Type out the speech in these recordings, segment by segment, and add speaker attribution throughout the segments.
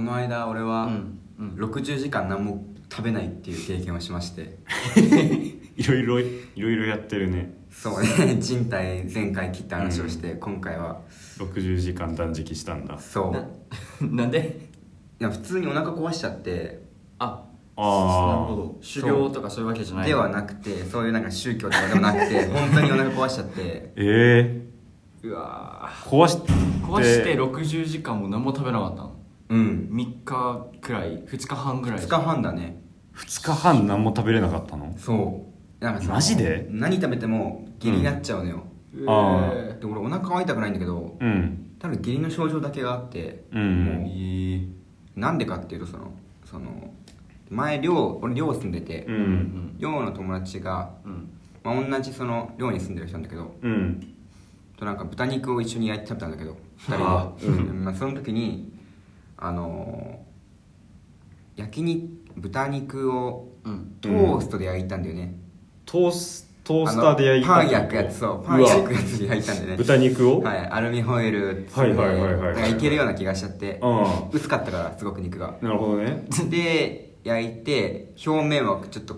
Speaker 1: の間俺は
Speaker 2: うんうん
Speaker 1: 60時間何も食べないっていう経験をしまして
Speaker 2: いろいろいろいろやってるね
Speaker 1: そうね人体前回切った話をして、今回は
Speaker 3: 60時間断食したんだ
Speaker 1: そう
Speaker 2: ななんで
Speaker 1: いや普通にお腹壊しちゃって
Speaker 2: あ
Speaker 3: あー
Speaker 2: なるほど修行とかそういうわけじゃない
Speaker 1: ではなくてそういうなんか宗教とかでもなくて本当にお腹壊しちゃって
Speaker 3: え
Speaker 2: うわ
Speaker 3: え壊し
Speaker 2: ー壊して60時間も何も食べなかったの
Speaker 1: うん
Speaker 2: 3日くらい2日半くらい
Speaker 1: 2日半だね
Speaker 3: 2日半何も食べれなかったの
Speaker 1: そうなんかさ
Speaker 3: マジで
Speaker 1: 何食べても下痢になっちゃうのよ、
Speaker 2: え
Speaker 3: あ
Speaker 2: ー
Speaker 1: で俺お腹は痛くないんだけど
Speaker 3: うん
Speaker 1: ただ下痢の症状だけがあって
Speaker 3: うんうん
Speaker 1: もうなんでかっていうとそのその前寮俺寮住んでて、
Speaker 2: う
Speaker 3: う
Speaker 2: んん
Speaker 1: 寮の友達が、
Speaker 2: うん
Speaker 1: まあ、同じその寮に住んでる人なんだけど
Speaker 3: うん
Speaker 1: となんか豚肉を一緒に焼いて食べたんだけど2
Speaker 3: あ
Speaker 1: 人で、まあ、その時にあのー焼肉豚肉を
Speaker 2: うん
Speaker 1: トーストで焼いたんだよね、
Speaker 3: トーストースターで焼いた
Speaker 1: あのパン焼くやつそうパン焼くやつで焼いたんだよね
Speaker 3: 豚肉を、
Speaker 1: はい、アルミホイル
Speaker 3: はいはいはいは
Speaker 1: な
Speaker 3: い
Speaker 1: んかいけるような気がしちゃって
Speaker 3: う
Speaker 1: 薄かったからすごく肉が
Speaker 3: んなるほどね
Speaker 1: で焼いて表面はちょっと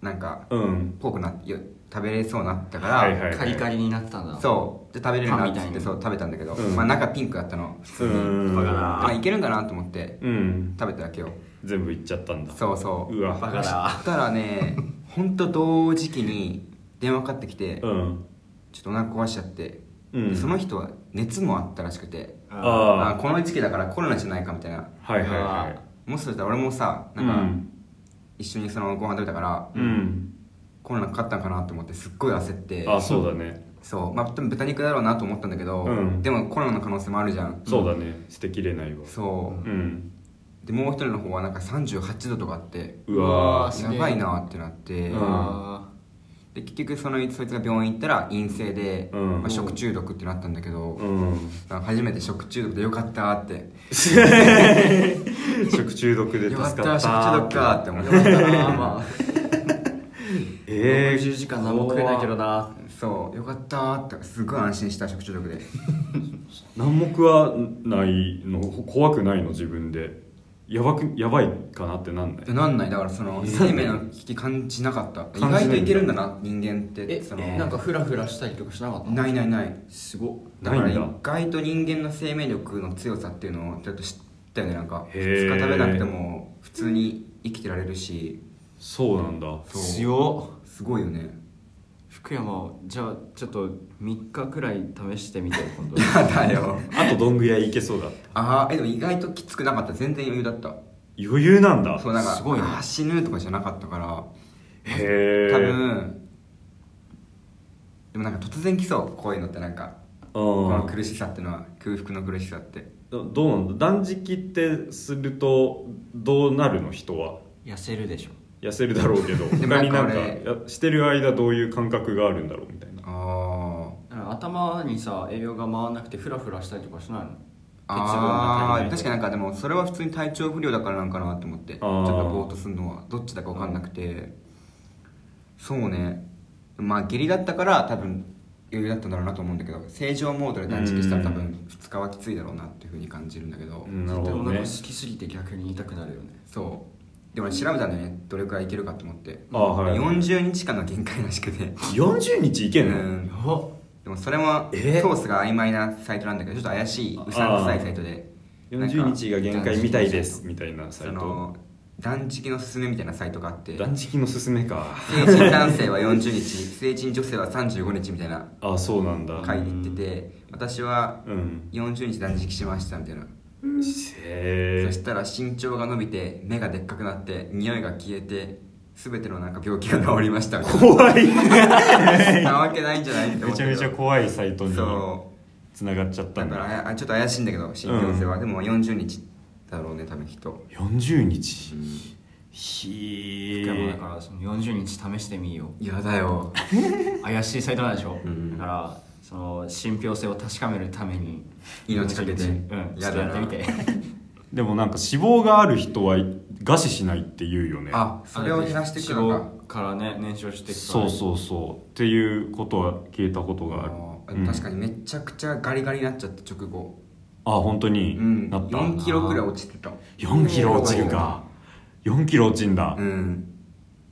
Speaker 1: なんか
Speaker 3: うん
Speaker 1: ぽくなよ食べれそうになったから、
Speaker 3: はいはいはい
Speaker 2: カリカリになってたんだ
Speaker 1: そうで食べれるなっ
Speaker 2: パン
Speaker 1: つ
Speaker 2: み
Speaker 1: った
Speaker 2: い
Speaker 1: て
Speaker 2: に
Speaker 1: そう食べたんだけど、
Speaker 3: うん
Speaker 1: まあ、中ピンクだったの
Speaker 3: うーん
Speaker 2: バカだな
Speaker 1: あいけるんだなと思って
Speaker 3: うん
Speaker 1: 食べたわけよ
Speaker 3: 全部いっちゃったんだ
Speaker 1: そうそう
Speaker 3: うわ
Speaker 2: バカだ
Speaker 1: そしたら ね本当同時期に電話かかってきて、
Speaker 3: うん
Speaker 1: ちょっとお腹壊しちゃって、
Speaker 3: うん
Speaker 1: でその人は熱もあったらしくて
Speaker 3: あー
Speaker 1: あこの時期だからコロナじゃないかみたいな
Speaker 3: はいはいは
Speaker 1: もしかしたら俺もさ
Speaker 3: い
Speaker 1: なんか、一緒にそのご飯食べたから、
Speaker 3: うん、うん、
Speaker 1: コロナかかったんかなと思ってすっごい焦って
Speaker 3: あそうだね
Speaker 1: そうまあ多分豚肉だろうなと思ったんだけど、
Speaker 3: うん
Speaker 1: でもコロナの可能性もあるじゃん
Speaker 3: そうだね捨てきれないわ
Speaker 1: そうう、
Speaker 3: ん
Speaker 1: でもう一人の方はなんか38度とかあって
Speaker 3: うわ
Speaker 2: あす
Speaker 1: や
Speaker 2: げえ
Speaker 1: ばいなってなって、
Speaker 3: うん
Speaker 2: あ
Speaker 1: で結局そのそいつが病院行ったら陰性で、
Speaker 3: うん
Speaker 1: まあ、食中毒ってなったんだけど、
Speaker 3: うん
Speaker 1: なんか初めて食中毒でよかったって
Speaker 3: 食中毒で
Speaker 1: よ
Speaker 3: 助
Speaker 1: か
Speaker 3: か
Speaker 1: っ
Speaker 3: ったた
Speaker 1: 食中毒かって思って
Speaker 2: ーよかったな まあ
Speaker 3: え
Speaker 2: 60時間何も食えないけどな
Speaker 1: そうよかったってすごい安心した食中 毒で
Speaker 3: 何も食わないの怖くないの自分でやばくやばいかなってなんない
Speaker 1: いやなんないだからその生命の危機感じなかった意
Speaker 3: 感じない
Speaker 1: 外といけるんだな人間って
Speaker 2: え
Speaker 1: そ
Speaker 2: なん
Speaker 1: の
Speaker 2: かフラフラしたりとかしなかった
Speaker 1: ないないない
Speaker 2: すごっ
Speaker 1: だから
Speaker 3: ないん
Speaker 1: 意
Speaker 3: だ
Speaker 1: 外と人間の生命力の強さっていうのをちょっと知ったよねなんか
Speaker 3: へ
Speaker 1: 2
Speaker 3: ー
Speaker 1: 日食べなくても普通に生きてられるし
Speaker 3: そうなんだ
Speaker 1: そう
Speaker 2: 強っ
Speaker 1: すごいよね
Speaker 2: 福山じゃあちょっと3日くらい試してみて 今度
Speaker 1: やだよ
Speaker 3: あとどんぐらいいけそうだった
Speaker 1: ああえでも意外ときつくなかった全然余裕だった
Speaker 3: 余裕なんだ
Speaker 1: そうなんか
Speaker 2: すごいね
Speaker 1: あー死ぬとかじゃなかったから
Speaker 3: へえ
Speaker 1: 多分でもなんか突然来そうこういうのってなんかこの苦しさってのは空腹の苦しさって
Speaker 3: うんどうなんだ断食ってするとどうなるの人は
Speaker 2: 痩せるでしょ
Speaker 3: 痩せるだろうけど
Speaker 1: でも
Speaker 3: 他になんか
Speaker 1: なんか
Speaker 3: やしてる間どういう感覚があるんだろうみたいな
Speaker 1: あ
Speaker 2: 頭にさ栄養が回らなくてフラフラしたりとかしないの
Speaker 1: あ
Speaker 2: 鉄分が
Speaker 1: あ
Speaker 2: 足り
Speaker 1: ー
Speaker 2: ない
Speaker 1: 確かになんかでもそれは普通に体調不良だからなんかなって思ってち
Speaker 3: あ
Speaker 1: ょっ
Speaker 3: ー
Speaker 1: とぼーっとするのはどっちだか分かんなくて、そうねまあ下痢だったから多分余裕だったんだろうなと思うんだけど正常モードで断食したら多分2日はきついだろうなっていうふうに感じるんだけど、
Speaker 3: うんなるほ
Speaker 2: で
Speaker 3: ど
Speaker 2: もなんか
Speaker 3: ね
Speaker 2: 好きすぎて逆に痛くなるよね
Speaker 1: そうでもね調べたんだよねどれくらいいけるかと思って
Speaker 3: ああはい
Speaker 1: 40日間の限界らしくて
Speaker 3: 40日いけんの、
Speaker 1: うん
Speaker 2: ばっ
Speaker 1: でもそれも
Speaker 3: え
Speaker 1: ソースが曖昧なサイトなんだけどちょっと怪しいうさんくさいサイトで
Speaker 3: 40日が限界みたいですみたいな
Speaker 1: そ
Speaker 3: サイト
Speaker 1: の断食のすすめみたいなサイトがあって
Speaker 3: 断食のすすめか
Speaker 1: 成人男性は40日成人女性は35日みたいな
Speaker 3: ああそうなんだ
Speaker 1: 書いてて私は
Speaker 3: うん
Speaker 1: 40日断食しましたみたいな、
Speaker 3: へ
Speaker 1: そ
Speaker 3: え
Speaker 1: したら身長が伸びて目がでっかくなって匂いが消えて全てのなんか病気が治りましたみたい
Speaker 3: 怖い
Speaker 1: ななわけないんじゃないって思
Speaker 3: め
Speaker 1: っ
Speaker 3: ち
Speaker 1: て
Speaker 3: ゃめちゃ怖いサイトに
Speaker 1: そ
Speaker 3: つながっちゃっ
Speaker 1: う
Speaker 3: た
Speaker 1: だ
Speaker 3: ん
Speaker 1: か
Speaker 3: だ
Speaker 1: らあやあちょっと怪しいんだけど信憑性は、でも40日だろうね多分人
Speaker 3: 40日、ひ
Speaker 2: でもだか
Speaker 3: ー
Speaker 2: らその40日試してみよ
Speaker 1: やだよ
Speaker 2: う怪しいサイトなんでしょ、
Speaker 1: うん
Speaker 2: だからその信憑性を確かめるために
Speaker 1: 命かけて
Speaker 2: うんちょっとやってみて
Speaker 3: でもなんか脂肪がある人は餓死しないって言うよね
Speaker 1: あ それを減らしてい くのか
Speaker 2: 脂肪からね燃焼していくから
Speaker 3: そうそうそうっていうことは聞いたことがある
Speaker 1: あー確かにめちゃくちゃガリガリになっちゃった直後
Speaker 3: あ本当に
Speaker 1: うん
Speaker 3: なった、
Speaker 1: 4キロくらい落ちてた
Speaker 3: 4キロ落ちるか4キロ落ちんだ、
Speaker 1: うん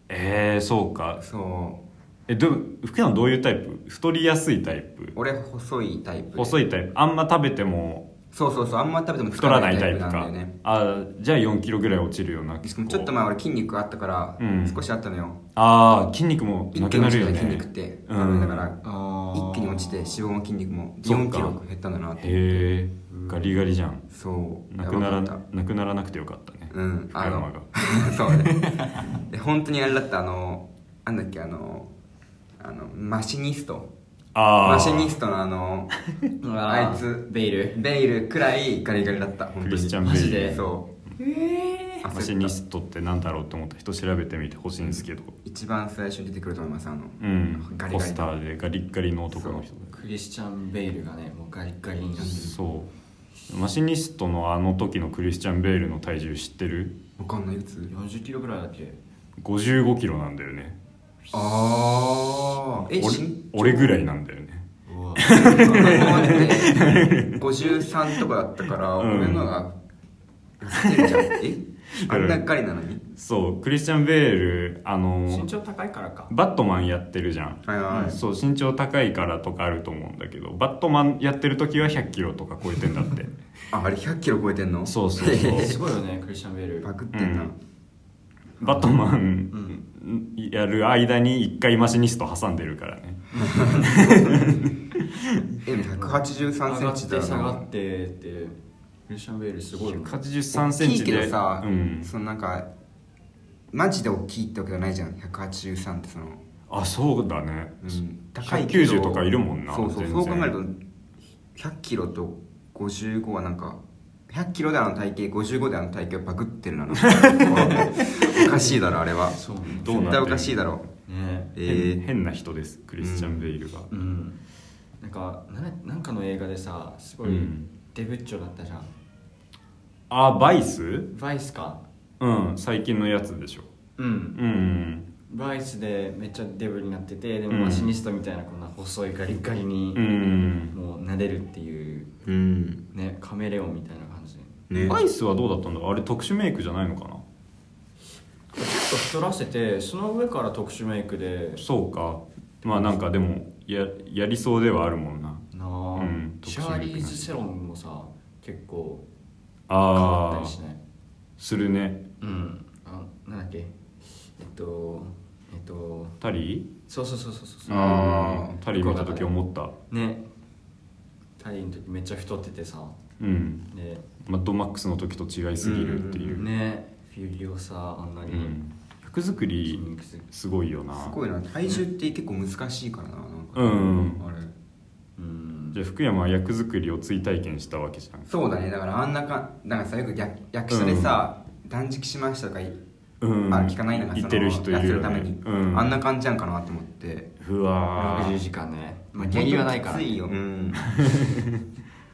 Speaker 3: えー、そうか
Speaker 1: そう
Speaker 3: えど福山どういうタイプ太りやすいタイプ
Speaker 1: 俺細いタイプ
Speaker 3: 細
Speaker 1: い
Speaker 3: いタイプあんま食べても
Speaker 1: そうそうそうあんま食べてもつ
Speaker 3: 太らないタイプ
Speaker 1: な
Speaker 3: か
Speaker 1: んだよね
Speaker 3: あじゃあ4キロぐらい落ちるような
Speaker 1: しかもちょっと前俺筋肉あったから、
Speaker 3: うん
Speaker 1: 少しあったのよ
Speaker 3: ああ筋肉もなくなるよね
Speaker 1: 一気に落ちた筋肉って、
Speaker 3: うん
Speaker 1: だから
Speaker 2: あー
Speaker 1: 一気に落ちて脂肪も筋肉も
Speaker 3: そっ
Speaker 1: 4
Speaker 3: か
Speaker 1: キロ減ったんだなって
Speaker 3: へえガリガリじゃん
Speaker 1: そう
Speaker 3: なくなら
Speaker 1: やばか
Speaker 3: な
Speaker 1: っ
Speaker 3: くならなくてよかったね
Speaker 1: たうん
Speaker 3: 福山が
Speaker 1: そうねで本当にあれだったあのなんだっけあのあのマシニスト
Speaker 3: ああ
Speaker 1: マシニストのあのあいつ
Speaker 2: ベイル
Speaker 1: ベイルくらいガリガリだった本当に
Speaker 3: クリスチャン
Speaker 2: マジで
Speaker 1: そう焦
Speaker 2: え
Speaker 1: った
Speaker 3: マシニストってなんだろうと思った人調べてみてほしいんですけど
Speaker 1: 一番最初に出てくると思いますあの、
Speaker 3: うん
Speaker 1: ガリ
Speaker 3: ポ
Speaker 1: ガリ
Speaker 3: スターでガリッガリの男の人
Speaker 2: ー、クリスチャン・ベイルがねもうガリッガリになってる
Speaker 3: そうマシニストのあの時のクリスチャン・ベールの体重知ってる
Speaker 1: わかんないいつ
Speaker 2: 40キロぐらいだっけ
Speaker 3: 5 5キロなんだよね
Speaker 1: ああえ
Speaker 3: 俺
Speaker 1: 身
Speaker 3: 俺ぐらいなんだよね
Speaker 2: うわ
Speaker 1: 53とかだったから、
Speaker 3: うん
Speaker 1: 俺のが痩せてるじゃんえあんなっかりなのに
Speaker 3: そうクリスチャン・ベールあの
Speaker 2: 身長高いからか
Speaker 3: バットマンやってるじゃん
Speaker 1: はいはい、
Speaker 3: そう身長高いからとかあると思うんだけどバットマンやってる時は1 0 0キロとか超えてんだって
Speaker 1: ああれ1 0 0キロ超えてんの
Speaker 3: そうそうそう
Speaker 2: すごいよねクリスチャン・ベイ ル
Speaker 1: パクってんな、
Speaker 3: うんバットマ
Speaker 2: う
Speaker 3: ン
Speaker 2: ん
Speaker 3: やる間に1回マシニスト挟んでるからね
Speaker 1: え1 8
Speaker 2: 上が
Speaker 1: 3
Speaker 2: っ
Speaker 1: ンチだ
Speaker 2: て
Speaker 1: よ
Speaker 2: 下
Speaker 1: な
Speaker 2: がってってクリスチャン・ベイルすごいよね
Speaker 3: 1 8 3
Speaker 1: 大
Speaker 3: ン
Speaker 1: き
Speaker 3: チ
Speaker 1: いけ
Speaker 3: で
Speaker 1: どさ、
Speaker 3: うん、
Speaker 1: そのなんかマジで大きいってわけじゃないじゃん183ってその、
Speaker 3: あそうだね、
Speaker 1: うん、
Speaker 3: 190とかいるもんな
Speaker 1: そうそう
Speaker 3: 全
Speaker 1: そ
Speaker 3: 然
Speaker 1: う考えると100キロと55はなんか100キロであの体型55であの体型をパクってるな おかしいだろあれは
Speaker 2: そうね
Speaker 3: どうな
Speaker 1: 絶
Speaker 3: ってる
Speaker 1: 対おかしいだろ
Speaker 2: ね
Speaker 1: え
Speaker 3: 変
Speaker 1: ー、
Speaker 3: 変な人ですクリスチャン・ベイルが、
Speaker 2: うんなんかななんかの映画でさすごい
Speaker 3: うん
Speaker 2: デブッチョだったじゃん、
Speaker 3: あバイス
Speaker 2: バイスか
Speaker 3: うん最近のやつでしょ
Speaker 2: うん
Speaker 3: うん
Speaker 2: バイスでめっちゃデブになっててでも
Speaker 3: うん
Speaker 2: マシニストみたいなこんな細いガリッガリ
Speaker 3: う
Speaker 2: に
Speaker 3: ん、
Speaker 2: もう撫でるっていう
Speaker 1: うん
Speaker 2: ねカメレオンみたいな感じで
Speaker 1: ね
Speaker 3: バイスはどうだったんだろうあれ特殊メイクじゃないの
Speaker 2: ち
Speaker 3: かな
Speaker 2: ょっと太らせてその上から特殊メイクで
Speaker 3: そうかまあなんかでもややりそうではあるもんな
Speaker 2: なあ、
Speaker 3: うん
Speaker 2: シャーリーズ・セロンもさ結構変わった
Speaker 3: あ
Speaker 2: り
Speaker 3: あ
Speaker 2: しない
Speaker 3: するね
Speaker 2: うんあなんだっけえっとえっと
Speaker 3: タリ
Speaker 2: そうそうそうそうそう
Speaker 3: ーああタリー見た時思った
Speaker 2: ねタリーの時めっちゃ太っててさ
Speaker 3: うん
Speaker 2: で
Speaker 3: マッドマックスの時と違いすぎるっていう
Speaker 2: ねフィリオさあんな
Speaker 3: う
Speaker 2: に
Speaker 3: ん役作
Speaker 2: 筋
Speaker 3: り
Speaker 2: 肉質
Speaker 3: すごいよな
Speaker 1: すごいな体重って結構難しいからななんか、
Speaker 3: うん
Speaker 1: あれ
Speaker 2: うん
Speaker 3: じゃあ福山は役作りを追体験したわけじゃん
Speaker 1: そうだねだからあんなかなんかさよく役役者でさ、断食しましたとかい
Speaker 3: うん
Speaker 1: あ聞かないのがそ
Speaker 3: 言
Speaker 1: の
Speaker 3: ってる人いる
Speaker 1: 痩せ
Speaker 3: よ
Speaker 1: るため
Speaker 3: ね
Speaker 1: に、
Speaker 3: うん
Speaker 1: あんな感じなんかなと思って
Speaker 3: うわ
Speaker 2: 60
Speaker 3: ー
Speaker 2: 時間ねまあ下痢はないから
Speaker 1: きついよ、うん、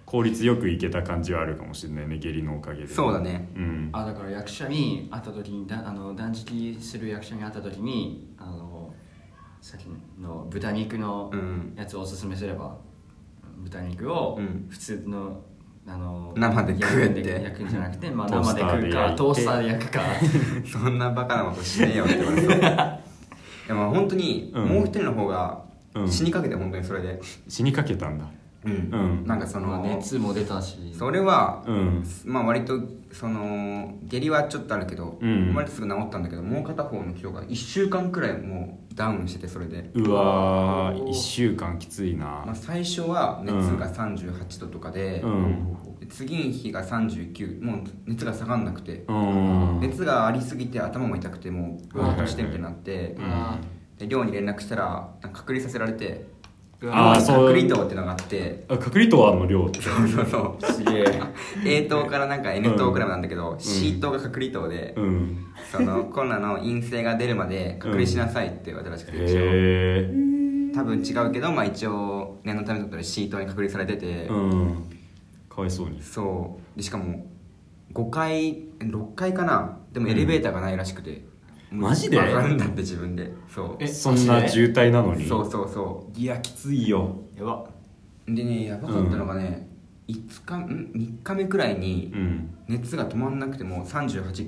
Speaker 3: 効率よくいけた感じはあるかもしれないね下痢のおかげで
Speaker 1: そうだね
Speaker 3: うん
Speaker 2: あだから役者に会った時にだあの断食する役者に会った時にあのさっきの豚肉の
Speaker 1: うん
Speaker 2: やつをおすすめすれば、豚肉を
Speaker 1: うん
Speaker 2: 普通の、あの
Speaker 1: 生で食えって
Speaker 2: 焼くんで焼くんじゃなくて、まあ、
Speaker 3: トー
Speaker 2: 生
Speaker 3: ス
Speaker 2: で
Speaker 3: ター
Speaker 2: 食
Speaker 3: で
Speaker 2: うかトースターで焼くか
Speaker 1: そんなバカなことしねえよって言われそう いやまあ本当に
Speaker 3: うん
Speaker 1: もう一人の方が
Speaker 3: うん
Speaker 1: 死にかけて本当にそれで
Speaker 3: 死にかけたんだ
Speaker 1: うん、
Speaker 3: うん
Speaker 1: なんか そ
Speaker 2: まあ
Speaker 1: の、
Speaker 2: 熱も出たし
Speaker 1: それは、
Speaker 3: うん
Speaker 1: まあ割とその下痢はちょっとあるけど、
Speaker 3: うん
Speaker 1: 割とすぐ治ったんだけどもう片方の人が1週間くらいもうダウンしててそれで、
Speaker 3: うわー
Speaker 2: おー
Speaker 3: 1週間きつい
Speaker 1: まあ、
Speaker 3: な
Speaker 1: 最初は熱が38度とかで、
Speaker 3: うん
Speaker 1: で次の日が39もう熱が下がんなくて、
Speaker 3: うん
Speaker 1: 熱がありすぎて頭も痛くてもうぼーっとしてみたいになって、
Speaker 2: あ
Speaker 1: で寮に連絡したらなんか隔離させられて
Speaker 2: ーう
Speaker 3: あ
Speaker 2: わ
Speaker 3: ーそう
Speaker 1: 隔離棟ってのがあって
Speaker 3: あ隔離とはあの量って
Speaker 1: そうそうそう
Speaker 2: すげえ
Speaker 1: A 棟からなんか N 棟くらいまでなんだけど、C 棟が隔離棟で、
Speaker 3: うん
Speaker 1: そのコロナの陰性が出るまで隔離しなさいって言われたらしくて、一応
Speaker 3: へえ
Speaker 1: 多分違うけど、まあ、一応念のためだったら C 棟に隔離されてて、
Speaker 3: うんかわいそうに
Speaker 1: そうでしかも5階6階かなでもエレベーターがないらしくて、
Speaker 3: んマジで
Speaker 1: 分かるんだって自分でそう
Speaker 2: え
Speaker 3: そんな渋滞なのに
Speaker 1: そうそうそ
Speaker 3: いやきついよ
Speaker 2: やば
Speaker 1: うでねやばかったのがね、 5日ん3日目くらいに
Speaker 3: うん
Speaker 1: 熱が止まんなくても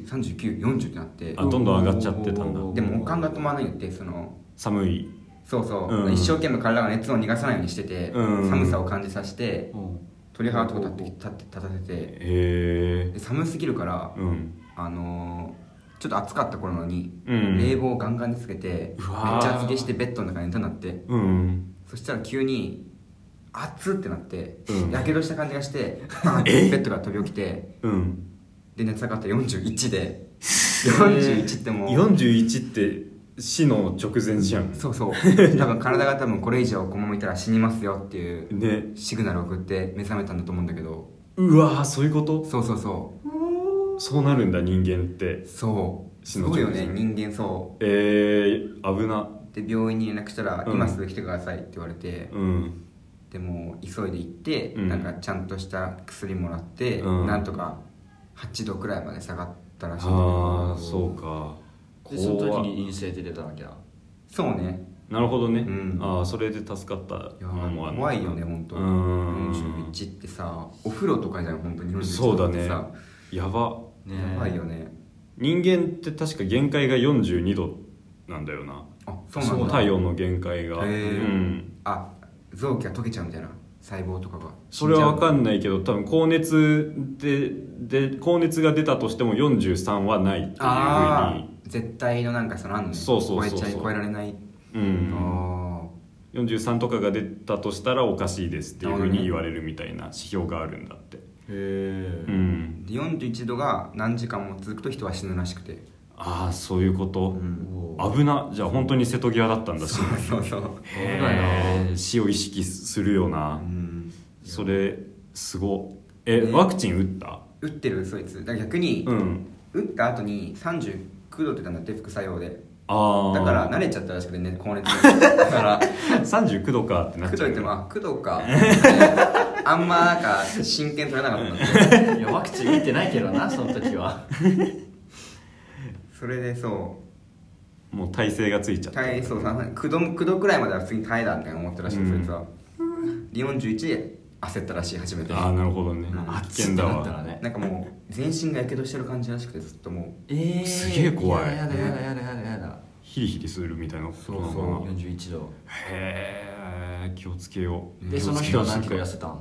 Speaker 1: 383940ってなって
Speaker 3: あどんどん上がっちゃってたんだ
Speaker 2: おー
Speaker 1: でもおかんが止まらないんだってその
Speaker 3: 寒い
Speaker 1: そうそう、
Speaker 3: うん
Speaker 1: 一生懸命体が熱を逃がさないようにしてて、
Speaker 3: うん
Speaker 1: 寒さを感じさせて
Speaker 2: うん
Speaker 1: 鳥肌とか立って立って立たせて
Speaker 3: へえ
Speaker 1: で寒すぎるから
Speaker 3: うん
Speaker 1: あのーちょっと暑かった頃のに、
Speaker 3: うん
Speaker 1: 冷房をガンガンにつけてめっち
Speaker 3: うわー
Speaker 1: ゃ厚着してベッドの中に寝たんだって
Speaker 3: うん
Speaker 1: そしたら急に熱ってなって
Speaker 3: うん
Speaker 1: やけどした感じがしてバーンってベッドから飛び起きて
Speaker 3: うん
Speaker 1: で熱上がった41で41ってもう
Speaker 3: 41って死の直前じゃん
Speaker 1: そうそう多分体が多分これ以上このままいたら死にますよっていう
Speaker 3: ね
Speaker 1: シグナルを送って目覚めたんだと思うんだけど
Speaker 3: うわーそういうこと
Speaker 1: そうそうそう
Speaker 3: そうなるんだ人間って
Speaker 1: そう
Speaker 3: 死
Speaker 1: す
Speaker 3: の
Speaker 1: ごいよね
Speaker 3: 直前
Speaker 1: 人間そ
Speaker 3: えー、危な
Speaker 1: うで病院に連絡したら「
Speaker 3: うん
Speaker 1: 今すぐ来てください」って言われて、
Speaker 3: うん
Speaker 1: でもう急いで行って、
Speaker 3: うん
Speaker 1: なんかちゃんとした薬もらって、
Speaker 3: うん
Speaker 1: なんとか8度くらいまで下がったらしいんだけ
Speaker 3: あ
Speaker 1: ど
Speaker 3: あそうか
Speaker 2: でその時
Speaker 3: 怖っ
Speaker 2: に陰性で出たわけだ
Speaker 1: そうね
Speaker 3: なるほどね、
Speaker 1: うん
Speaker 3: ああそれで助かった
Speaker 1: いや
Speaker 3: のもある
Speaker 1: 怖いよね本当
Speaker 3: うん
Speaker 1: 41ってさお風呂とかじゃん本当に41ってさ
Speaker 3: そうだねやば
Speaker 2: ね
Speaker 1: やばいよね
Speaker 3: 人間って確か限界が42度なんだよな
Speaker 1: あそうなんだ
Speaker 3: 体温の限界が、
Speaker 1: へー
Speaker 3: うん、
Speaker 1: あ臓器が溶けちゃうみたいな細胞とかが
Speaker 3: それは分か
Speaker 1: ない
Speaker 3: んないけど多分高熱でで高熱が出たとしても43はないっていうふう
Speaker 1: あ
Speaker 3: に
Speaker 1: あ絶対のなんかそのあんのね
Speaker 3: そうそうそうそう
Speaker 1: 超えちゃい超えられない、
Speaker 3: うん、
Speaker 1: あ
Speaker 3: 43とかが出たとしたらおかしいですっていうふうに言われるみたいな指標があるんだって、
Speaker 2: へえ
Speaker 3: うん、
Speaker 1: ーで41度が何時間も続くと人は死ぬらし くて
Speaker 3: ああそういうこと、
Speaker 1: うん
Speaker 3: 危なじゃあ本当に瀬戸際だったんだし
Speaker 1: そうそう
Speaker 3: へえ死を意識するよ
Speaker 1: う
Speaker 3: な、
Speaker 1: ん
Speaker 3: それすごえ、
Speaker 1: ね
Speaker 3: ワクチン打った
Speaker 1: 打ってるそいつだから逆に、
Speaker 3: うん
Speaker 1: 打った後に39度って言ったんだって副作用で
Speaker 3: ああ
Speaker 1: だから慣れちゃったらしくてね 高熱にだから
Speaker 3: 39度かってなっ
Speaker 1: 9
Speaker 3: ち
Speaker 1: 度
Speaker 3: ゃう
Speaker 1: 言ってもあ9度 かあんまなんか真剣取れなかったんだって
Speaker 2: いやワクチン打ってないけどなその時は
Speaker 1: それでそう
Speaker 3: もう体勢がついちゃった
Speaker 1: 耐えそう9度9度くらいまでは普通に耐えだみたいな思ったらしい、
Speaker 3: うん
Speaker 1: そいつはで41で焦ったらしい初めて
Speaker 3: ああなるほどね、
Speaker 1: うん
Speaker 3: あ危険だ
Speaker 2: つってなったら
Speaker 3: わ
Speaker 2: ね
Speaker 1: なんかもう全身がやけどしてる感じらしくてずっとも
Speaker 2: えー
Speaker 3: すげえ怖い
Speaker 2: やだやだやだやだやだ
Speaker 3: ヒリヒリするみたいなことなのかな
Speaker 2: 41度
Speaker 3: へえ気をつけよう
Speaker 2: で
Speaker 3: 気
Speaker 2: そ
Speaker 3: を
Speaker 2: の
Speaker 3: つけ
Speaker 2: 日
Speaker 3: よ
Speaker 2: は
Speaker 3: う
Speaker 2: 何キロ痩せたん
Speaker 1: う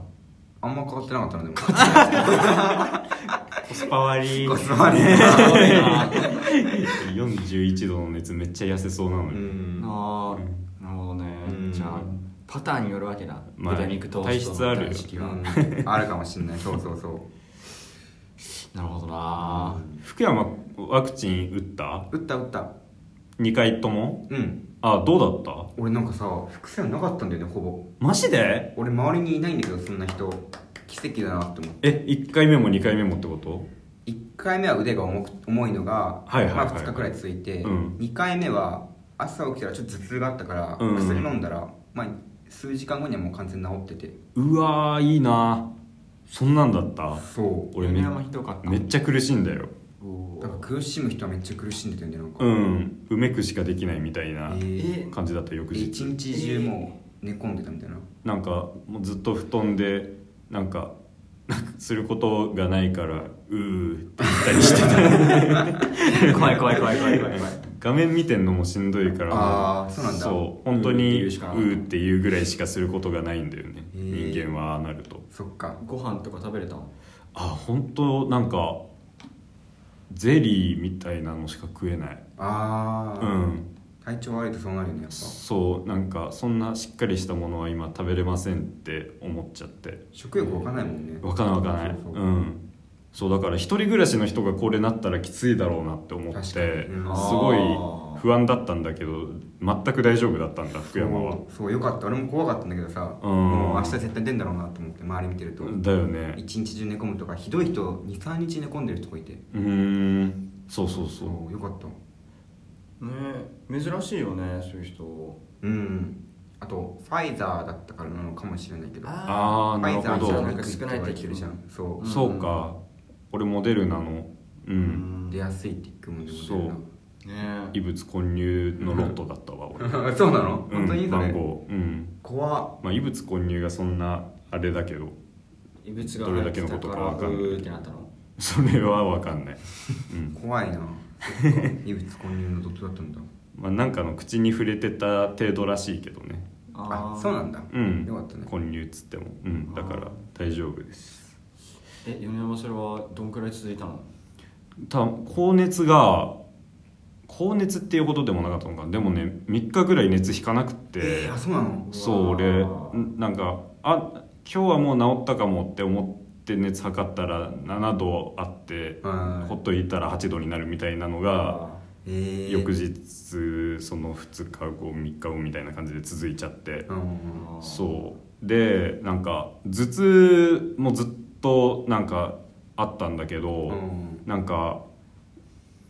Speaker 1: あんま変わってなかったので も
Speaker 3: コス パ割り
Speaker 1: ごちそうさまで
Speaker 3: 41度の熱めっちゃ痩せそうなの
Speaker 1: う
Speaker 3: に、
Speaker 1: ん
Speaker 2: ああなるほどね
Speaker 1: うん
Speaker 2: じゃあパターンによるわけだ
Speaker 3: まあ
Speaker 2: 豚肉と
Speaker 3: 体質あるよ
Speaker 2: 断食
Speaker 1: う
Speaker 2: は
Speaker 1: んあるかもしんないそうそうそう
Speaker 2: なるほどな
Speaker 3: 福山ワクチン打った
Speaker 1: 打った打った
Speaker 3: 2回とも
Speaker 1: うん
Speaker 3: あどうだった
Speaker 1: 俺なんかさ副作用なかったんだよねほぼ
Speaker 3: マジで
Speaker 1: 俺周りにいないんだけどそんな人奇跡だなって思う
Speaker 3: え1回目も2回目もってこと
Speaker 1: 1回目は腕が重く重いのが、
Speaker 3: はいはいはい
Speaker 1: まあ、2日くらいついて、
Speaker 3: うん
Speaker 1: 2回目は朝起きたらちょっと頭痛があったから、
Speaker 3: うん
Speaker 1: 薬飲んだら、まあ、数時間後にはもう完全に治ってて
Speaker 3: うわーいいなそんなんだった
Speaker 1: そう
Speaker 3: 俺め
Speaker 2: 米山ひどかった
Speaker 3: めっちゃ苦しいんだよ
Speaker 2: お
Speaker 1: だから
Speaker 2: ー
Speaker 1: 苦しむ人はめっちゃ苦しんでたよねなんか、
Speaker 3: う
Speaker 1: え
Speaker 3: んうめくしかできないみたいな
Speaker 1: ー
Speaker 2: え
Speaker 3: 感じだった翌
Speaker 1: 一
Speaker 3: 日
Speaker 1: 日中もう寝込んでたみたいな、
Speaker 3: なんかもうずっと布団でなんかなんかすることがないからうーって言ったりして た
Speaker 2: 怖い怖い怖い怖い怖い 怖い
Speaker 3: 画面見てんのもしんどいから
Speaker 1: あーそうなんだ
Speaker 3: そう本当に
Speaker 2: うーって言
Speaker 3: う
Speaker 2: うしかな
Speaker 3: ーっていうぐらいしかすることがないんだよね
Speaker 1: へー
Speaker 3: 人間はああなると
Speaker 1: そっか
Speaker 2: ご飯とか食べれたん
Speaker 3: あ本当なんかゼリーみたいなのしか食えない
Speaker 1: あ
Speaker 3: う
Speaker 1: あ、
Speaker 3: ん
Speaker 1: 体調悪いとそうなるよねやっぱ
Speaker 3: そうなんかそんなしっかりしたものは今食べれませんって思っちゃって
Speaker 1: 食欲わかんないもんね
Speaker 3: わかんないわかんない
Speaker 1: そううそうん
Speaker 3: そうだから一人暮らしの人がこれなったらきついだろうなって思って
Speaker 1: 確
Speaker 3: す
Speaker 1: かにうん
Speaker 3: ごい不安だったんだけど全く大丈夫だったんだ福山は
Speaker 1: そうそうよかった俺も怖かったんだけどさ、
Speaker 3: うん
Speaker 1: もう明日絶対出んだろうなと思って周り見てると、
Speaker 3: だよね
Speaker 1: 一日中寝込むとかひどい人23日寝込んでる人がいて
Speaker 3: うーんそうそうそう
Speaker 1: そうよかった
Speaker 2: ね珍しいよねそういう人
Speaker 1: うんあとファイザーだったからなのかもしれないけどフ
Speaker 3: ああ
Speaker 1: ァイザ
Speaker 3: な
Speaker 1: ー
Speaker 3: るほ
Speaker 1: じゃ
Speaker 3: ど
Speaker 1: なくて少ないって言ってるじゃんそう
Speaker 2: ー
Speaker 3: そうか俺モデルナのう
Speaker 2: うんん
Speaker 1: 出
Speaker 2: ね
Speaker 1: やすいって聞くもんね
Speaker 3: そう
Speaker 1: モ
Speaker 3: 異物混入のロットだったわ 俺
Speaker 1: デルナそうなの
Speaker 3: うん
Speaker 1: 本当にそ
Speaker 3: 番
Speaker 1: れ
Speaker 3: 号うん
Speaker 1: 怖っ
Speaker 3: まあ、異物混入がそんなあれだけど
Speaker 2: 異物が
Speaker 3: どれ
Speaker 2: 入
Speaker 3: だ
Speaker 2: っ
Speaker 3: け
Speaker 2: て
Speaker 3: の
Speaker 2: た
Speaker 3: こと
Speaker 2: か
Speaker 3: からわかんないう
Speaker 2: ーってなったの
Speaker 3: それは分かんない、うん
Speaker 1: 怖いなちょっと異物混入の毒だった んだ
Speaker 3: まあ、なんかの口に触れてた程度らしいけどね
Speaker 1: あ
Speaker 2: ー
Speaker 1: そうなんだ、
Speaker 3: うん
Speaker 1: よかったね
Speaker 3: 混入っつっても、うん、だから大丈夫です
Speaker 2: え米山それはどんくらい続いたの
Speaker 3: た高熱が高熱っていうことでもなかったのかなでもね3日ぐらい熱引かなくって、
Speaker 1: えー、あそうなの
Speaker 3: そう俺んなんかあ今日はもう治ったかもって思って熱測ったら7度あって
Speaker 1: はい
Speaker 3: ほっといたら8度になるみたいなのが
Speaker 1: えー、
Speaker 3: 翌日その2日後3日後みたいな感じで続いちゃって
Speaker 1: うんうんうん
Speaker 3: そうでなんか頭痛もずっとなんかあったんだけど、
Speaker 1: うん
Speaker 3: なんか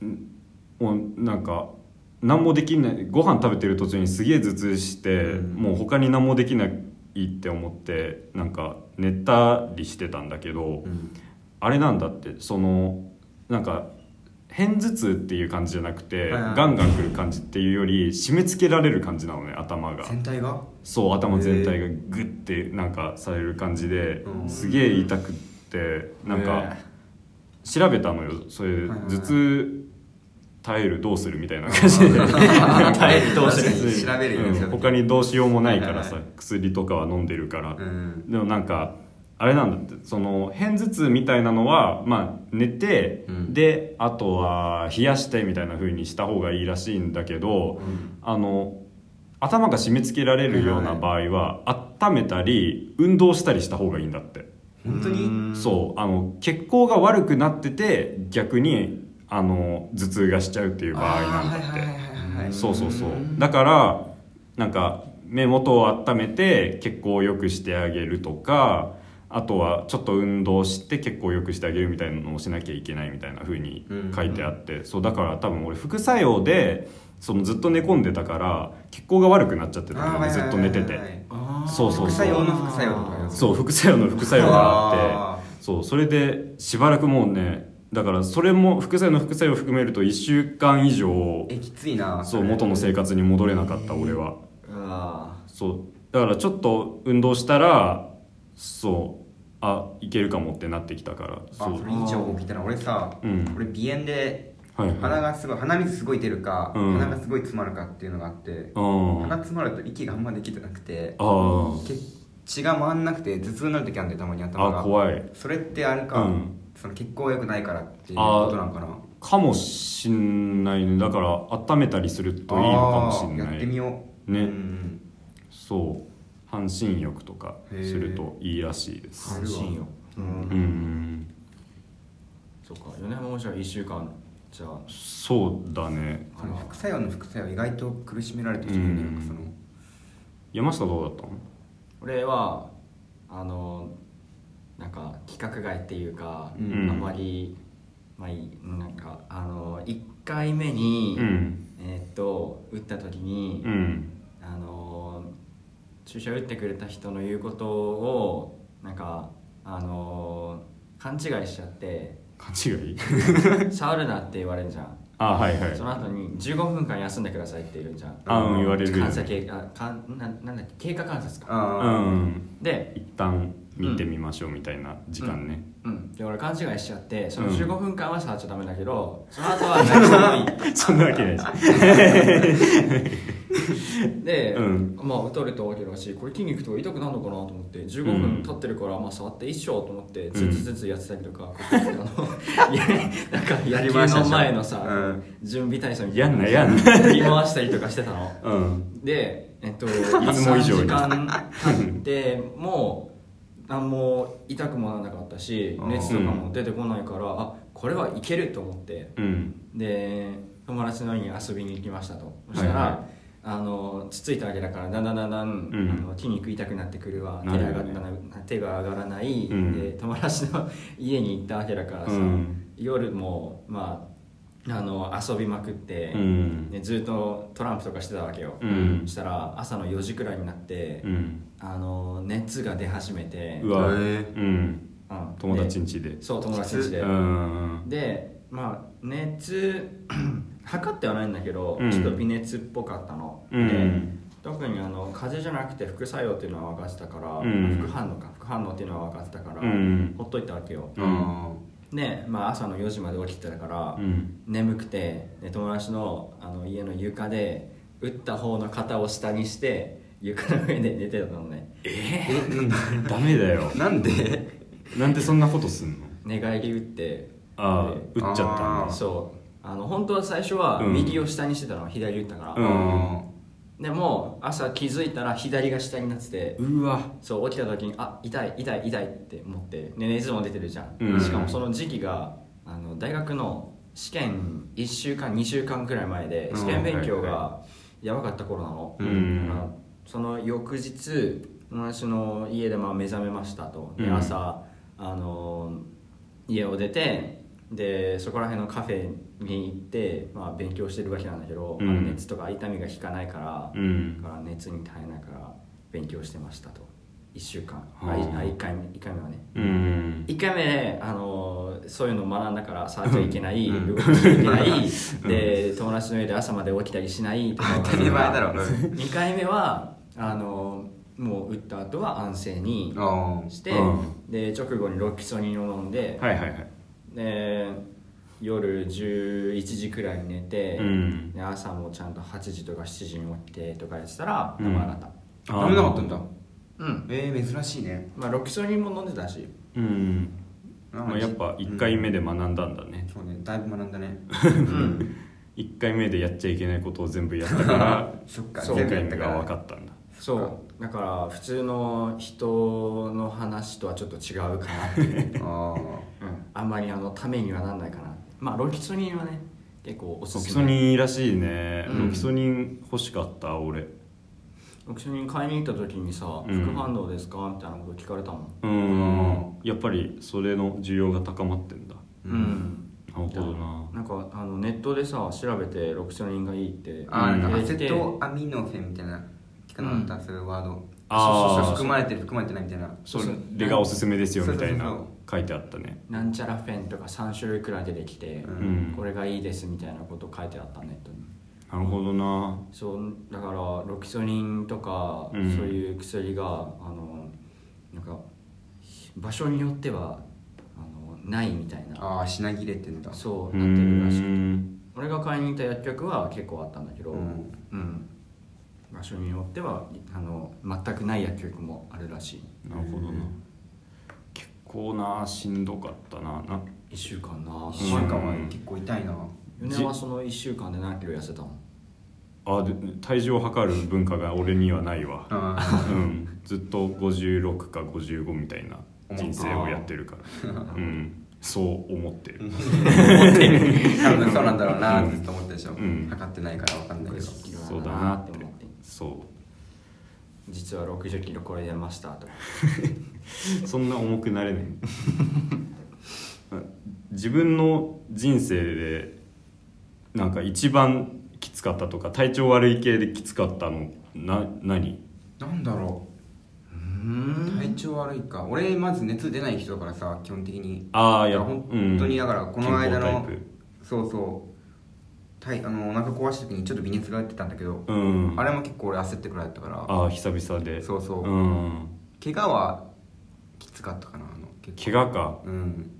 Speaker 3: んもうなんか何もできないご飯食べてる途中にすげえ頭痛して、
Speaker 1: うん
Speaker 3: もう他に何もできないって思ってなんか寝たりしてたんだけど、
Speaker 1: うん
Speaker 3: あれなんだってそのなんか片頭痛っていう感じじゃなくて、
Speaker 1: はいはい
Speaker 3: ガンガンくる感じっていうより締め付けられる感じなのね頭が
Speaker 1: 全体が
Speaker 3: そう頭全体がグッてなんかされる感じで、
Speaker 1: うん
Speaker 3: すげえ痛くってなんか調べたのよそれ、
Speaker 1: いはいはい
Speaker 3: 頭痛耐えるどうするみたいな感じで
Speaker 2: 耐えるどうする
Speaker 1: 確かに調べるよね
Speaker 3: うん
Speaker 1: 調べて
Speaker 3: 他にどうしようもないからさ、
Speaker 1: はいはい
Speaker 3: 薬とかは飲んでるから、
Speaker 1: うん
Speaker 3: でもなんかあれなんだってその片頭痛みたいなのは、まあ、寝て、
Speaker 1: うん
Speaker 3: であとは冷やしてみたいな風にした方がいいらしいんだけ
Speaker 1: うん
Speaker 3: ど、あの頭が締め付けられるような場合は、温めたり運動したりした方がいいんだって、
Speaker 1: 本当に
Speaker 3: そうあの血行が悪くなってて逆にあの頭痛がしちゃうっていう場合なんだって。
Speaker 1: あーはいはいはいはいはい
Speaker 3: そうそうそうだからなんか目元を温めて血行を良くしてあげるとかあとはちょっと運動して血行を良くしてあげるみたいなのをしなきゃいけないみたいな風に書いてあって、そうだから多分俺副作用でそのずっと寝込んでたから血行が悪くなっちゃってたんだよねずっと寝てて、
Speaker 2: あー
Speaker 3: そうそうそう
Speaker 1: 副作用の副作用とかよ
Speaker 3: そう副作用の副作用があ
Speaker 1: あ
Speaker 3: ってそうそれでしばらくもうねだからそれも副作用の副作用を含めると1週間以上
Speaker 1: えきついな
Speaker 3: そう元の生活に戻れなかった俺は
Speaker 2: うわ
Speaker 3: そうだからちょっと運動したらそうあいけるかもってなってきたから
Speaker 1: あ
Speaker 3: そ
Speaker 1: そうれいい情報聞いたな俺さ、
Speaker 3: うん
Speaker 1: 俺鼻炎で
Speaker 3: はいはい
Speaker 1: 鼻がすごい鼻水すごい出るか、
Speaker 3: うん
Speaker 1: 鼻がすごい詰まるかっていうのがあって、
Speaker 3: うん
Speaker 1: 鼻詰まると息があんまできてなくて
Speaker 3: あー
Speaker 1: 血血が回んなくて頭痛になる時あるんでたまに頭が
Speaker 3: あ怖い
Speaker 1: それってあれか、
Speaker 3: うん
Speaker 1: その血行が良くないからっていうことなんかな
Speaker 3: かもしんないねだから温めたりするといいのかもしん
Speaker 1: あー
Speaker 3: な
Speaker 1: やってみ
Speaker 3: い
Speaker 1: よう
Speaker 3: ね
Speaker 1: うん
Speaker 3: そう半身浴とかするといいらしいで
Speaker 2: ー
Speaker 3: す
Speaker 2: 安心よう
Speaker 3: うんん
Speaker 2: そっか米山もじゃあ1週間じゃあ
Speaker 3: そうだね
Speaker 1: その副作用の副作用意外と苦しめられてる人いるんだよなんかその
Speaker 3: 山下どうだったの
Speaker 2: 俺はあのなんか規格外っていうか、
Speaker 1: うん
Speaker 2: あまりまあいいなんかあの1回目に、
Speaker 3: うん
Speaker 2: えーっと打った時に、
Speaker 3: うん
Speaker 2: あの注射打ってくれた人の言うことをなんかあの勘違いしちゃって
Speaker 3: 勘違い
Speaker 2: 触るなって言われるじゃん
Speaker 3: あはいはい
Speaker 2: その後に15分間休んでくださいって言うんじゃん
Speaker 3: あうん言われるよ
Speaker 2: 監査
Speaker 3: ね
Speaker 2: 経過かんなんなんだっけ経過観察か
Speaker 3: う
Speaker 1: あー
Speaker 3: ん
Speaker 2: で
Speaker 3: 一旦見てみましょうみたいな時間ね、
Speaker 2: うん、で俺勘違いしちゃってその
Speaker 3: うん
Speaker 2: 15分間は触っちゃダメだけど、その後は何してもい
Speaker 3: そんなわけないし
Speaker 2: いで、
Speaker 3: うん
Speaker 2: まあ打たれたわけだしこれ筋肉とか痛くなるのかなと思って15
Speaker 3: うん
Speaker 2: 分経ってるから、まあ触って一緒と思って
Speaker 3: ん
Speaker 2: ずつずつやってたり とか、こうやってあの いやなんか
Speaker 1: や
Speaker 2: 野
Speaker 1: りましたじ
Speaker 2: 球
Speaker 1: ゃん
Speaker 2: の前のさ、
Speaker 1: うん
Speaker 2: 準備体操みた
Speaker 3: や
Speaker 2: い
Speaker 3: ん
Speaker 2: な
Speaker 3: なやんな
Speaker 2: 振り回したりとかしてたの
Speaker 3: うん
Speaker 2: でえっ とい
Speaker 3: つも以上に
Speaker 2: 時間経っても何も痛くもならなかったし
Speaker 1: うん
Speaker 2: 熱とかも出てこないからあこれはいけると思って
Speaker 3: うん
Speaker 2: で友達の家に遊びに行きましたとそしたら、
Speaker 3: はいはい
Speaker 2: あのつついたわけだからだんだんだんだん、
Speaker 3: ん
Speaker 2: あの筋肉痛くなってくるわ手
Speaker 3: な
Speaker 2: が
Speaker 3: るよ
Speaker 2: 上
Speaker 3: ね
Speaker 2: がったな手が上がらない、
Speaker 3: うん
Speaker 2: で友達の家に行ったわけだからさ、
Speaker 3: うん
Speaker 2: 夜も、まあ、あの遊びまくって、
Speaker 3: うん
Speaker 2: ね、ずっとトランプとかしてたわけよ、
Speaker 3: うん
Speaker 2: そしたら朝の4時くらいになって、
Speaker 3: うん
Speaker 2: あの熱が出始めて
Speaker 3: うわ
Speaker 1: へー
Speaker 3: うん
Speaker 2: うん
Speaker 3: 友達ん家で
Speaker 2: でそう友達ん家で、
Speaker 3: うん
Speaker 2: でまあ熱 測ってはないんだけど、
Speaker 3: うん
Speaker 2: ちょっと微熱っぽかったの、
Speaker 3: うん
Speaker 2: でだか特にあの風邪じゃなくて副作用っていうのは分かってたから、
Speaker 3: うん
Speaker 2: 副反応か副反応っていうのは分かってたから、
Speaker 3: うん
Speaker 2: ほっといたわけよ
Speaker 3: うん
Speaker 1: あ
Speaker 2: で、まあ、朝の4時まで起きてたから、
Speaker 3: うん
Speaker 2: 眠くてで友達のあの家の床で打った方の肩を下にして床の上で寝てたのね
Speaker 3: ダメだよ
Speaker 1: ーなんで
Speaker 3: なんでそんなことすんの
Speaker 2: 寝返り打って
Speaker 3: ああ打っちゃったん
Speaker 1: あ
Speaker 3: だ
Speaker 2: そうあの本当は最初は
Speaker 3: うん
Speaker 2: 右を下にしてたの左打ったから、
Speaker 3: うん
Speaker 2: でも朝気づいたら左が下になってて
Speaker 3: うわ
Speaker 2: そう起きた時にあ痛い痛い痛いって思ってで熱も出てるじゃん、
Speaker 3: うん
Speaker 2: しかもその時期があの大学の試験1週間2週間くらい前で
Speaker 1: うん
Speaker 2: 試験勉強
Speaker 3: はいは
Speaker 2: がやばかった頃なの、
Speaker 3: うん
Speaker 2: だからその翌日私の家でまあ目覚めましたとで
Speaker 3: うん
Speaker 2: 朝、あの家を出てでそこら辺のカフェに行って、まあ、勉強してるわけなんだけど、
Speaker 3: うん
Speaker 2: あの熱とか痛みが引かないから、
Speaker 3: うん
Speaker 2: だから熱に耐えながら勉強してましたと1週間あ
Speaker 3: はあ
Speaker 2: いあ1回目1回目はね
Speaker 3: うん
Speaker 2: 1回目で、あのーそういうのを学んだから触っちゃいけない、
Speaker 1: うん
Speaker 2: 動かしちゃいけない、で友達の家で朝まで起きたりしないとか
Speaker 1: 当たり前だろ
Speaker 2: 2回目はあのーもう打った後は安静に
Speaker 1: あ
Speaker 2: して、
Speaker 3: う
Speaker 2: で直後にロキソニンを飲んで、
Speaker 3: はいはいはい
Speaker 2: で夜11時くらいに寝て、
Speaker 3: うん
Speaker 2: で朝もちゃんと8時とか7時に起きてとかやってたら
Speaker 3: うん
Speaker 2: 名前だった
Speaker 1: あダメなかったんだ
Speaker 2: うん、
Speaker 1: えー、珍しいね
Speaker 2: まあ、ロキソニンも飲んでたし
Speaker 3: うん
Speaker 1: なん
Speaker 3: ま
Speaker 1: か
Speaker 3: あやっぱ1回目で学んだんだね
Speaker 1: そうねだいぶ学んだね
Speaker 2: うん
Speaker 3: 1回目でやっちゃいけないことを全部やったから
Speaker 1: そっか
Speaker 2: そう
Speaker 1: 全
Speaker 3: 2
Speaker 1: 部やっ
Speaker 3: 回目
Speaker 1: たか
Speaker 3: が
Speaker 1: ら
Speaker 3: 分かったんだ
Speaker 2: そうだから普通の人の話とはちょっと違うかなっていう、
Speaker 1: あ
Speaker 2: うん、あんまりあのためにはなんないかなまあロキソニンはね結構おす
Speaker 3: ロキ
Speaker 2: す
Speaker 3: ソ
Speaker 2: め
Speaker 3: ニンらしいね、
Speaker 2: うん
Speaker 3: ロキソニン欲しかった俺
Speaker 2: ロキソニン買いに行った時にさ「
Speaker 3: うん
Speaker 2: 副反応ですか?」みたいなこと聞かれたもん
Speaker 3: うんやっぱりそれの需要が高まってんだ
Speaker 1: うん
Speaker 3: なるほどな
Speaker 2: なんかあのネットでさ調べてロキソニンがいいって
Speaker 1: ああーなんかアセ
Speaker 2: 出てきて
Speaker 1: トアミノフェンみたいな聞かなかった、そういうワード
Speaker 3: あー
Speaker 1: そうそうそう含まれてる含まれてないみたいな
Speaker 3: そ
Speaker 2: そう
Speaker 3: れがおすすめですよ
Speaker 1: そう
Speaker 3: みたい
Speaker 1: そう
Speaker 3: な
Speaker 1: そう
Speaker 3: 書いてあったね
Speaker 2: なんちゃらフェンとか3種類くらい出てきて、
Speaker 1: う
Speaker 3: うん
Speaker 2: これがいいですみたいなこと書いてあったネットに
Speaker 3: なるほどな
Speaker 2: そうだからロキソニンとか、
Speaker 3: うん
Speaker 2: そういう薬があのなんか場所によってはあのないみたいな
Speaker 1: ああ品切れてんだ
Speaker 2: そう
Speaker 3: う
Speaker 2: なってるらしい
Speaker 3: ん
Speaker 2: 俺が買いに行った薬局は結構あったんだけど、
Speaker 1: うん
Speaker 2: うん場所によってはあの全くない薬局もあるらしい
Speaker 3: なるほどな結構なしんどかったなな
Speaker 2: 1週間な
Speaker 1: 1週間は結構痛いな、
Speaker 2: 米山はその1週間で何キロ痩せたの
Speaker 3: あで体重を測る文化が俺にはないわ
Speaker 1: あ
Speaker 3: うん、ずっと56か55みたいな人生をやってる から、うん、そう思ってる、
Speaker 1: ー多分そうなんだろうなずっと思ったでしょ、
Speaker 3: うん
Speaker 1: 測ってないから分かんないけど
Speaker 2: 60キロ
Speaker 3: そうだ
Speaker 2: だ
Speaker 3: な
Speaker 2: な
Speaker 3: っ
Speaker 2: ってて思って
Speaker 3: そ
Speaker 2: 実は6 0キロ超えてましたとか
Speaker 3: うそんな重くなれない自分の人生でなんか一番きつかったとか体調悪い系できつかったのな何
Speaker 1: なんだろ
Speaker 2: うー
Speaker 1: うん体調悪いか俺まず熱出ない人だからさ基本的に
Speaker 3: ああ
Speaker 1: い
Speaker 3: い
Speaker 1: や
Speaker 3: や
Speaker 1: 本当にだからこの間
Speaker 3: 健
Speaker 1: の
Speaker 3: 康タイプ
Speaker 1: そうそうたいあのお腹壊した時にちょっと微熱が出てたんだけど、
Speaker 3: うん
Speaker 1: あれも結構俺焦ってくらいだったから
Speaker 3: ああ久々で
Speaker 1: そうそう
Speaker 3: うん
Speaker 1: 怪我はきつかったかなあの結
Speaker 3: 怪我か
Speaker 1: 構うん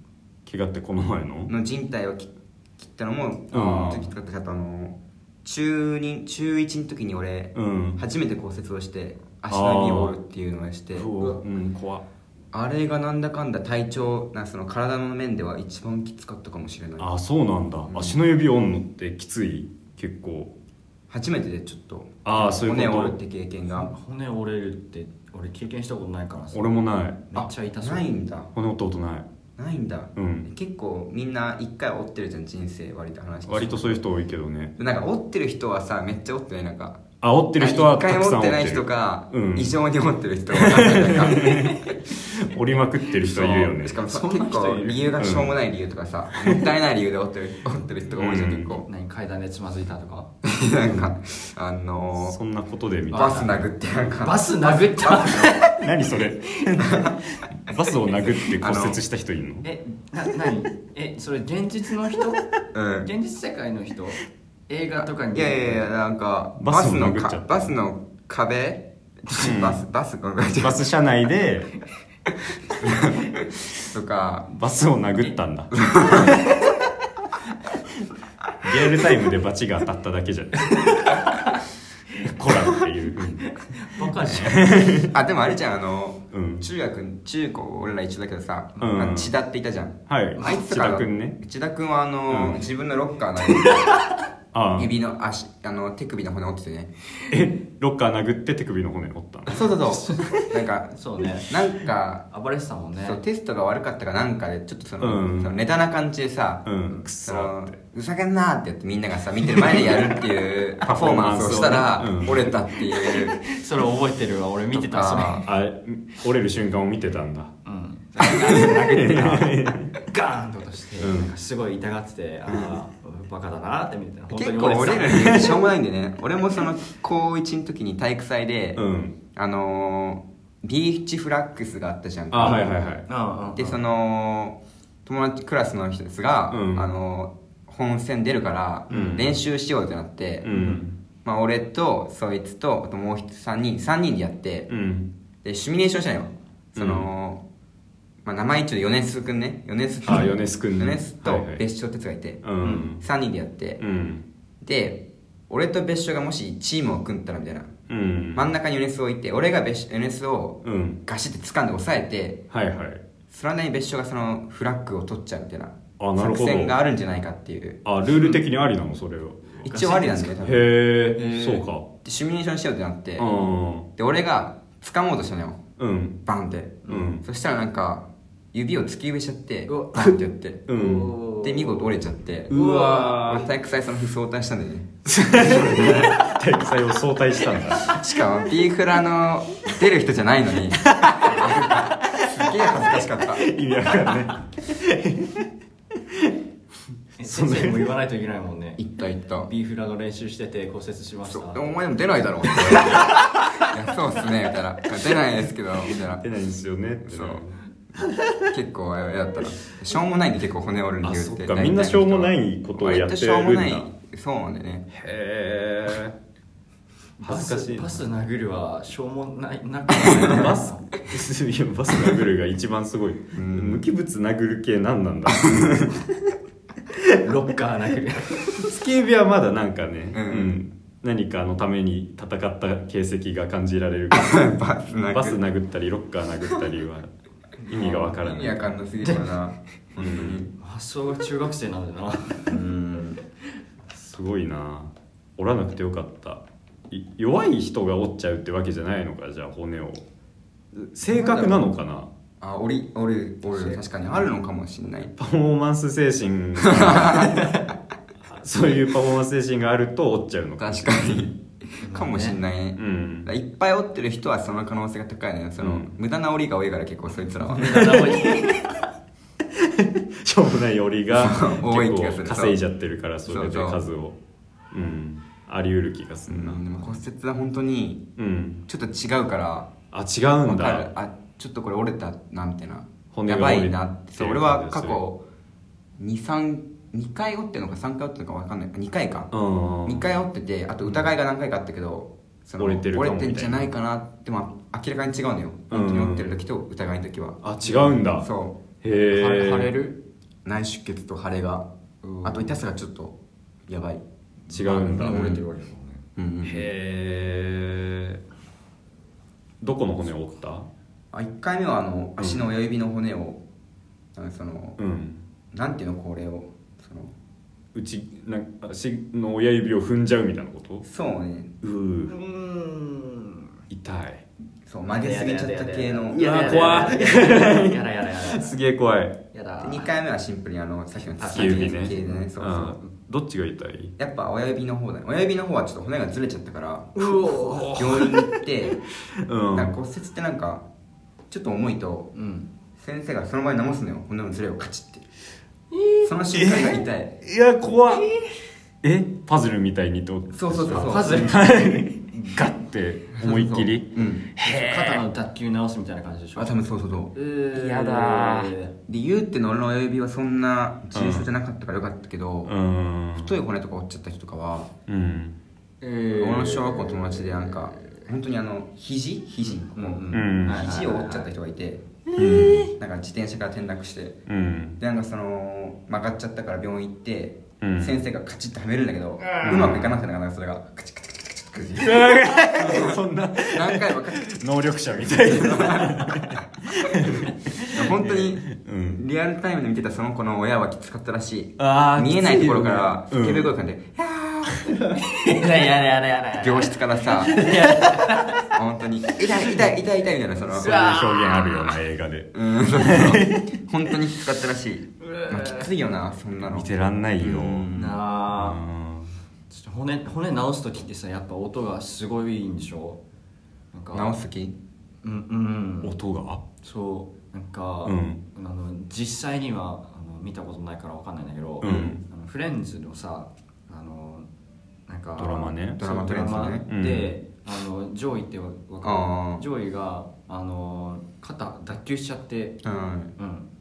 Speaker 3: 怪我ってこの前の
Speaker 1: の靭帯を切切ったのもあ
Speaker 3: う
Speaker 1: の
Speaker 3: ん
Speaker 1: ちょっときつかったしあとあの中2中1の時に俺、
Speaker 3: うん
Speaker 1: 初めて骨折をして足の指を折るっていうのをして
Speaker 3: うわうん怖っ
Speaker 1: あれがなんだかんだ体調なんかその体の面では一番きつかったかもしれない
Speaker 3: あそうなんだ、足の指折んのってきつい結構
Speaker 1: 初めてでちょっと
Speaker 3: ああそういうこと
Speaker 1: 骨を折るって経験が
Speaker 2: 骨折れるって俺経験したことないからさ
Speaker 3: 俺もない
Speaker 2: めっちゃ痛そう
Speaker 1: あないんだ
Speaker 3: 骨折ったことない
Speaker 1: ないんだ、
Speaker 3: うん
Speaker 1: 結構みんな一回折ってるじゃん人生割と話して
Speaker 3: 割とそういう人多いけどね
Speaker 1: なんか折ってる人はさめっちゃ折ってないなんか
Speaker 3: あ折ってる人は
Speaker 1: 一回
Speaker 3: たくさ
Speaker 1: 折
Speaker 3: ん
Speaker 1: って
Speaker 3: 折っ
Speaker 1: な
Speaker 3: て
Speaker 1: い
Speaker 3: る
Speaker 1: 人か、
Speaker 3: うん
Speaker 1: 異常に折ってる人がなんか いるか
Speaker 3: 折りまくってる人いるよね
Speaker 1: しかも
Speaker 2: そん
Speaker 1: 結
Speaker 2: な人
Speaker 1: 構
Speaker 2: いる
Speaker 1: 理由がしょうもない理由とかさ、もったいない理由で折ってる折ってる人が多いじゃん
Speaker 3: うん
Speaker 1: 結構、
Speaker 2: 何階段でつまずいたとか
Speaker 1: なんかあの
Speaker 3: そんなことでみ
Speaker 1: ー、
Speaker 3: た
Speaker 1: バ
Speaker 3: いな
Speaker 1: ス殴ってなんか
Speaker 2: バス殴った
Speaker 3: 何 それバスを殴って骨折した人いるの
Speaker 2: えな何えそれ現実の人
Speaker 1: うん
Speaker 2: 現実世界の人映画とかに
Speaker 1: いやいやいやなんか
Speaker 3: バ
Speaker 1: バ
Speaker 3: ス
Speaker 1: ス
Speaker 3: を
Speaker 1: の
Speaker 3: 殴っちゃった
Speaker 1: かバスの壁バスバスごめん
Speaker 3: バス車内で
Speaker 1: とか
Speaker 3: バスを殴ったん だリアルタイムでバチが当たっただけじゃないこらっていう、
Speaker 2: バカじゃん
Speaker 1: あでもあれじゃんあの、
Speaker 3: うん
Speaker 1: 中学中高俺ら一緒だけどさ、
Speaker 3: うん
Speaker 1: あの千田っていたじゃん
Speaker 3: はい
Speaker 1: あいつと
Speaker 3: 千
Speaker 1: か
Speaker 3: 田君ね
Speaker 1: 千田君はあの、
Speaker 3: うん
Speaker 1: 自分のロッカーの
Speaker 3: ああ
Speaker 1: 指の足あの手首の骨折っててね
Speaker 3: えロッカー殴って手首の骨折ったの
Speaker 1: そうそう そうなんか
Speaker 2: そうね
Speaker 1: なんか
Speaker 2: 暴れてたもんね
Speaker 1: そうテストが悪かったかなんかでちょっとその,、
Speaker 3: うん
Speaker 1: そのネタな感じでさ「
Speaker 3: うんくっ
Speaker 1: そ
Speaker 3: そ
Speaker 1: の
Speaker 3: ーって
Speaker 1: ふざけんな」ってやってみんながさ見てる前でやるっていうパ
Speaker 3: パ
Speaker 1: フ
Speaker 3: フ
Speaker 1: ォ
Speaker 3: ォ
Speaker 1: ー
Speaker 3: ー
Speaker 1: マ
Speaker 3: マ
Speaker 1: ン
Speaker 3: ン
Speaker 1: ス
Speaker 3: ス
Speaker 1: を
Speaker 3: をね
Speaker 1: したら
Speaker 3: うん
Speaker 1: 折れたって いう
Speaker 2: それ覚えてるわ俺見てたそれ
Speaker 1: あ
Speaker 3: あ折れる瞬間を見てたんだ
Speaker 2: うんガーンって音して、
Speaker 3: うん
Speaker 2: なんかすごい痛がっててああバカだなって見てた本当
Speaker 1: 結
Speaker 2: に
Speaker 1: 構折
Speaker 2: 俺
Speaker 1: れる理由しょうもないんでね俺もその高1の時に体育祭で、
Speaker 3: うん
Speaker 1: あのービーチフラックスがあったじゃん
Speaker 3: あはいはいはい
Speaker 2: うん
Speaker 1: でその友達クラスの人ですが、
Speaker 3: うん
Speaker 1: あの本戦出るから
Speaker 3: うん
Speaker 1: 練習しようってなって、
Speaker 3: うん
Speaker 1: まあ、俺とそいつとあともう3人3人でやって、
Speaker 3: うん
Speaker 1: でシミュレーションしたのよその、まあ、名前一応米津君ね米津
Speaker 3: あ米津君ね
Speaker 1: 米津
Speaker 3: は
Speaker 1: と
Speaker 3: いはい
Speaker 1: 別所哲がいて、
Speaker 3: うんうん
Speaker 1: 三3人でやって、
Speaker 3: うん
Speaker 1: で俺と別所がもしチームを組んだらみたいな、
Speaker 3: うん
Speaker 1: 真ん中に米津を置いて俺が別所米津を
Speaker 3: うん
Speaker 1: ガシッて掴んで押さえて
Speaker 3: はいはい
Speaker 1: その間に別所がそのフラッグを取っちゃうみたいな
Speaker 3: あなるほど
Speaker 1: 作戦があるんじゃないかっていう
Speaker 3: あルール的にありなのそれは
Speaker 1: 一応ありなんだよね多分
Speaker 3: へ
Speaker 2: へー
Speaker 3: えそうか
Speaker 1: でシミュレーションしようってなって、
Speaker 3: うん
Speaker 1: で俺が掴もうとしたのよ
Speaker 3: うん
Speaker 1: バンって、
Speaker 3: うん
Speaker 1: そしたらなんか指を突き指しちゃって
Speaker 2: うわ
Speaker 1: バンってやって
Speaker 3: うん
Speaker 1: で見事折れちゃって
Speaker 3: うわ
Speaker 1: 俺体育祭その日早退したんだよね
Speaker 3: 体育祭を早退したんだ
Speaker 1: しかもピーフラの出る人じゃないのにすげえ恥ずかしかった
Speaker 3: 意味わかんない
Speaker 2: え先生にも言わないといけないもんね
Speaker 1: 行った行った
Speaker 2: ビーフラの練習してて骨折しました
Speaker 1: そうでもお前でも出ないだろって言われていやそうっすねみたいな出ないですけどみたいな
Speaker 3: 出ないんですよねって
Speaker 1: そう結構あれだったらしょうもないんで結構骨折る理
Speaker 3: あ
Speaker 1: 由
Speaker 3: そ
Speaker 1: っ
Speaker 3: ってかみんなしょうもないことをやってるんだ
Speaker 1: 割としょうもないそうなんでね
Speaker 3: へえ
Speaker 2: バ
Speaker 3: 恥ずかし
Speaker 2: ス
Speaker 3: いな
Speaker 2: バス殴るはしょうもないな
Speaker 3: バス いやバス殴るが一番すごい、
Speaker 1: ん
Speaker 3: 無機物殴る系何なんだ
Speaker 2: ロッカー殴る
Speaker 3: スケービはまだなんかね、
Speaker 1: うん
Speaker 3: 何かのために戦った形跡が感じられるけど
Speaker 1: バスな
Speaker 3: バス殴ったりロッカー殴ったり は意味がわから
Speaker 1: 意
Speaker 3: な
Speaker 1: 味わ
Speaker 3: い
Speaker 1: かんなすぎるよな本当に
Speaker 2: 発想が中学生なんだな
Speaker 1: うん
Speaker 3: すごいな折らなくてよかったい弱い人が折っちゃうってわけじゃないのかじゃあ骨を性格なのかな
Speaker 1: あおりおるおる確かにあるのかもしんない
Speaker 3: パフォーマンス精 神がそういうパフォーマンス精神があると折っちゃうのか
Speaker 1: 確かに かもしんない、ね
Speaker 3: うん
Speaker 1: いっぱい折ってる人はその可能性が高いねその、
Speaker 3: うん
Speaker 1: 無駄な折りが多いから結構そいつらは
Speaker 3: しょうもないよりが
Speaker 1: そう
Speaker 3: 結
Speaker 1: 多い気がする
Speaker 3: 構稼いじゃってるから
Speaker 1: そう
Speaker 3: それで
Speaker 1: そう
Speaker 3: 数をうんあり得る気がす
Speaker 1: う
Speaker 3: るなん
Speaker 1: でも骨折は本当に
Speaker 3: うん
Speaker 1: ちょっと違うから
Speaker 3: あ違うん
Speaker 1: わかる
Speaker 3: だ
Speaker 1: あちょっとこれ折れたなみたいな
Speaker 3: 骨
Speaker 1: や
Speaker 3: が
Speaker 1: ば
Speaker 3: 折れ
Speaker 1: いなってそう
Speaker 3: っ
Speaker 1: 俺
Speaker 3: ていう
Speaker 1: は
Speaker 3: 感じ
Speaker 1: 過
Speaker 3: がする
Speaker 1: 去232回折ってるのか3回折ってるのか分かんない2回か、
Speaker 3: うん
Speaker 1: 2回折っててあと疑いが何回かあったけど、その
Speaker 3: 折れてるかもみたいな
Speaker 1: 折れんじゃないかなって、まあ、明らかに違うのよ
Speaker 3: うん
Speaker 1: 本当に折ってる時と疑いの時は、
Speaker 3: あ違うんだ
Speaker 1: そ
Speaker 3: へえ
Speaker 2: 腫れる
Speaker 1: う内出血と腫れが
Speaker 2: うん
Speaker 1: あと痛さがちょっとやばい
Speaker 3: 違うんだ
Speaker 2: 折れて
Speaker 3: へ
Speaker 2: るわけだもんね
Speaker 1: うんうん
Speaker 3: えどこの骨を折った
Speaker 1: あ1回目はあの足の親指の骨を、あのその
Speaker 3: うん
Speaker 1: なんていうのこれをその
Speaker 3: うちなん足の親指を踏んじゃうみたいなこと
Speaker 1: そうね
Speaker 3: う
Speaker 2: う
Speaker 3: ー
Speaker 2: ん
Speaker 3: 痛い
Speaker 1: そう曲げすぎちゃった系の
Speaker 3: いや
Speaker 2: やだ
Speaker 3: 怖い
Speaker 2: やだやだやだ
Speaker 3: すげえ怖い
Speaker 2: やだ
Speaker 1: 2回目はシンプルにあのさっきの
Speaker 3: 突き指
Speaker 1: 突き指
Speaker 3: ね
Speaker 1: そうそう
Speaker 3: うんどっちが痛い
Speaker 1: やっぱ親指の方だね親指の方はちょっと骨がずれちゃったから
Speaker 2: うお
Speaker 1: 病院に行って
Speaker 3: うん
Speaker 1: なんか骨折ってなんかちょっと重いと
Speaker 2: うん
Speaker 1: 先生がその場に直すのよ骨のずれをカチッてその瞬間が痛い
Speaker 3: いや怖っえパズルみたいにってこと
Speaker 1: そうそうそうそう
Speaker 2: パズル
Speaker 3: ガッて思いっきり
Speaker 1: うん
Speaker 2: 肩の脱臼直すみたいな感じでしょ
Speaker 1: あ多分そうそうそう
Speaker 2: う
Speaker 3: やだ
Speaker 1: で言うっての俺の親指はそんな重症じゃなかったからよかったけど、
Speaker 3: うん
Speaker 1: 太い骨とか折っちゃった人とかは、
Speaker 3: うん
Speaker 2: 俺
Speaker 1: 俺の小学校の友達でなんか本当にあの肘肘ここ、
Speaker 3: んうん
Speaker 1: 肘を折っちゃった人がいて、
Speaker 3: うん
Speaker 1: なんか自転車から転落して
Speaker 3: うん
Speaker 1: でなんかその曲がっちゃったから病院行って、
Speaker 3: うん
Speaker 1: 先生がカチッとはめるんだけど、
Speaker 3: う
Speaker 1: うんまくいかなくてなかなかそれがカチカチカチカチカチカチ
Speaker 3: そんな
Speaker 1: 何回もカチカチ
Speaker 3: 能力者みたいな
Speaker 1: 本当に
Speaker 3: うん
Speaker 1: リアルタイムで見てたその子の親はきつかったらしい
Speaker 3: あー
Speaker 1: 見えないところから
Speaker 3: きついよね
Speaker 1: 叫び声かんで「
Speaker 2: やだやだやだやだ
Speaker 1: 病室からさ本当に痛い痛い痛い痛いみたいなその
Speaker 3: そういう表現あるような映画で
Speaker 1: うんそうそう本当にきつかったらしい、まあ、きついよなそんなの
Speaker 3: 見てらんないよ
Speaker 1: うん
Speaker 2: なあ
Speaker 3: あ
Speaker 2: ちょっと骨骨直す時ってさやっぱ音がすごいいいんでしょなんか
Speaker 1: 直す気
Speaker 2: うんうん
Speaker 3: ー音が
Speaker 2: そうなんか、
Speaker 3: うん
Speaker 2: あの実際にはあの見たことないからわかんないんだけど、
Speaker 3: うん
Speaker 2: あのフレンズのさあのなんか
Speaker 3: ドラマね
Speaker 2: そ
Speaker 1: ド
Speaker 2: う
Speaker 1: ラマ
Speaker 2: ドラマ
Speaker 1: フレン
Speaker 3: ズね
Speaker 2: で、あのジョイってわか
Speaker 1: あー
Speaker 2: るジョイがあの肩脱臼しちゃって、
Speaker 1: うん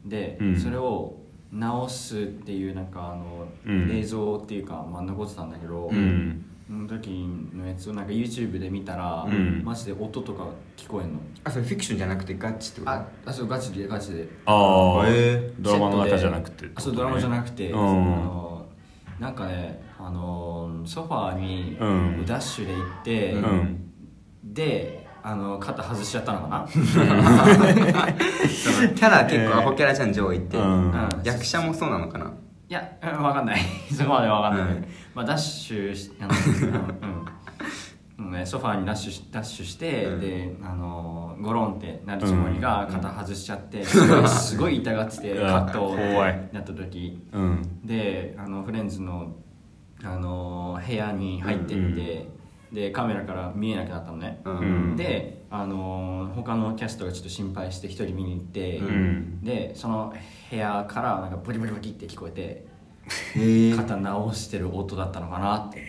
Speaker 2: うん、で、
Speaker 3: うん
Speaker 2: それを直すっていうなんかあの、
Speaker 3: うん
Speaker 2: 映像っていうか、まあ、残ってたんだけど、
Speaker 3: うん
Speaker 2: その時のやつをなんか YouTube で見たら、
Speaker 3: うん
Speaker 2: マジで音とか聞こえんの
Speaker 1: あそれフィクションじゃなくてガチってこと
Speaker 2: ああそうガチでガチで
Speaker 3: ああ、
Speaker 1: え
Speaker 3: ドラマの中じゃなくて
Speaker 2: あそうドラマじゃなくて、
Speaker 3: うん
Speaker 2: あのなんかねあのソファーに
Speaker 3: うん
Speaker 2: ダッシュで行って、
Speaker 3: うん
Speaker 2: であの肩外しちゃったのかな
Speaker 1: そのキャラ結構アホキャラじゃん上位って、
Speaker 3: うん
Speaker 1: 役者もそうなのかない
Speaker 2: や うんわかんないそこまでわかんない、
Speaker 1: うん
Speaker 2: まあダッシュしあのうん、うんね、ソファーにダッシュしダッシュして、
Speaker 1: うん
Speaker 2: であのゴロンってなるつもりが肩外しちゃって、すごいすごい痛がってて
Speaker 3: う
Speaker 2: カ
Speaker 3: わ
Speaker 2: ット
Speaker 3: 怖い
Speaker 2: になった時
Speaker 3: うん
Speaker 2: であのフレンズの、あの部屋に入って
Speaker 3: うんう
Speaker 2: っ
Speaker 3: ん
Speaker 2: て、でカメラから見えなくなったのね、
Speaker 1: うん、
Speaker 3: うん
Speaker 2: で、あの他のキャストがちょっと心配して一人見に行って、
Speaker 3: うん
Speaker 2: でその部屋からなんかブリブリブリって聞こえて
Speaker 1: へえ
Speaker 2: 肩直してる音だったのかなって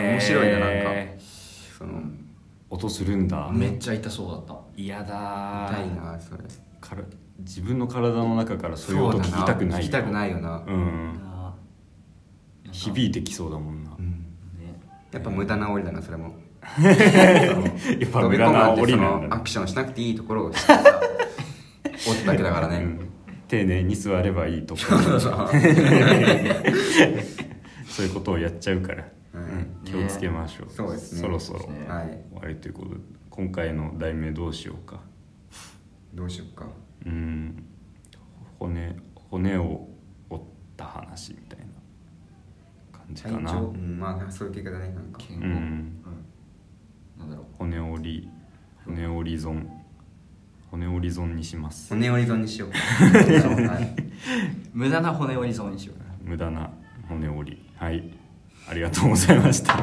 Speaker 1: 面白いななんかその
Speaker 3: 音するんだ
Speaker 2: めっちゃ痛そうだった
Speaker 3: 嫌だ
Speaker 1: 痛いなそれ
Speaker 3: から自分の体の中からそういう音
Speaker 1: だ
Speaker 3: 聞きたくない
Speaker 1: 聞きたくないよな、
Speaker 3: うん
Speaker 2: あー
Speaker 3: 響いてきそうだもんな
Speaker 1: うん
Speaker 2: ね
Speaker 1: やっぱ無駄な折りだなそれも
Speaker 3: やっぱ無駄な
Speaker 1: 飛び
Speaker 3: 折
Speaker 1: 込んだってそ
Speaker 3: りなんだ
Speaker 1: の
Speaker 3: ね
Speaker 1: アクションしなくていいところをしてさ折っただけだからね、
Speaker 3: うん丁寧に座ればいいとかそういうことをやっちゃうからうん気をつけましょう
Speaker 1: そうですね
Speaker 3: そろそろ
Speaker 2: そうです
Speaker 3: 終
Speaker 2: ね
Speaker 1: はい
Speaker 3: わりということで今回の題名どうしようか
Speaker 1: どうしよっか
Speaker 3: うん骨骨を折った話みたいな感じか
Speaker 1: 体
Speaker 3: な
Speaker 1: 調、うん、まあそういう結果だねなんか
Speaker 2: 健康、
Speaker 3: う
Speaker 2: うんんなんだろ
Speaker 3: 骨折り骨折り損骨折り損にします
Speaker 1: 骨折り損にしよう、 はい、
Speaker 2: う無駄な骨折りそうにしよう
Speaker 3: 無駄な骨折りはいありがとうございました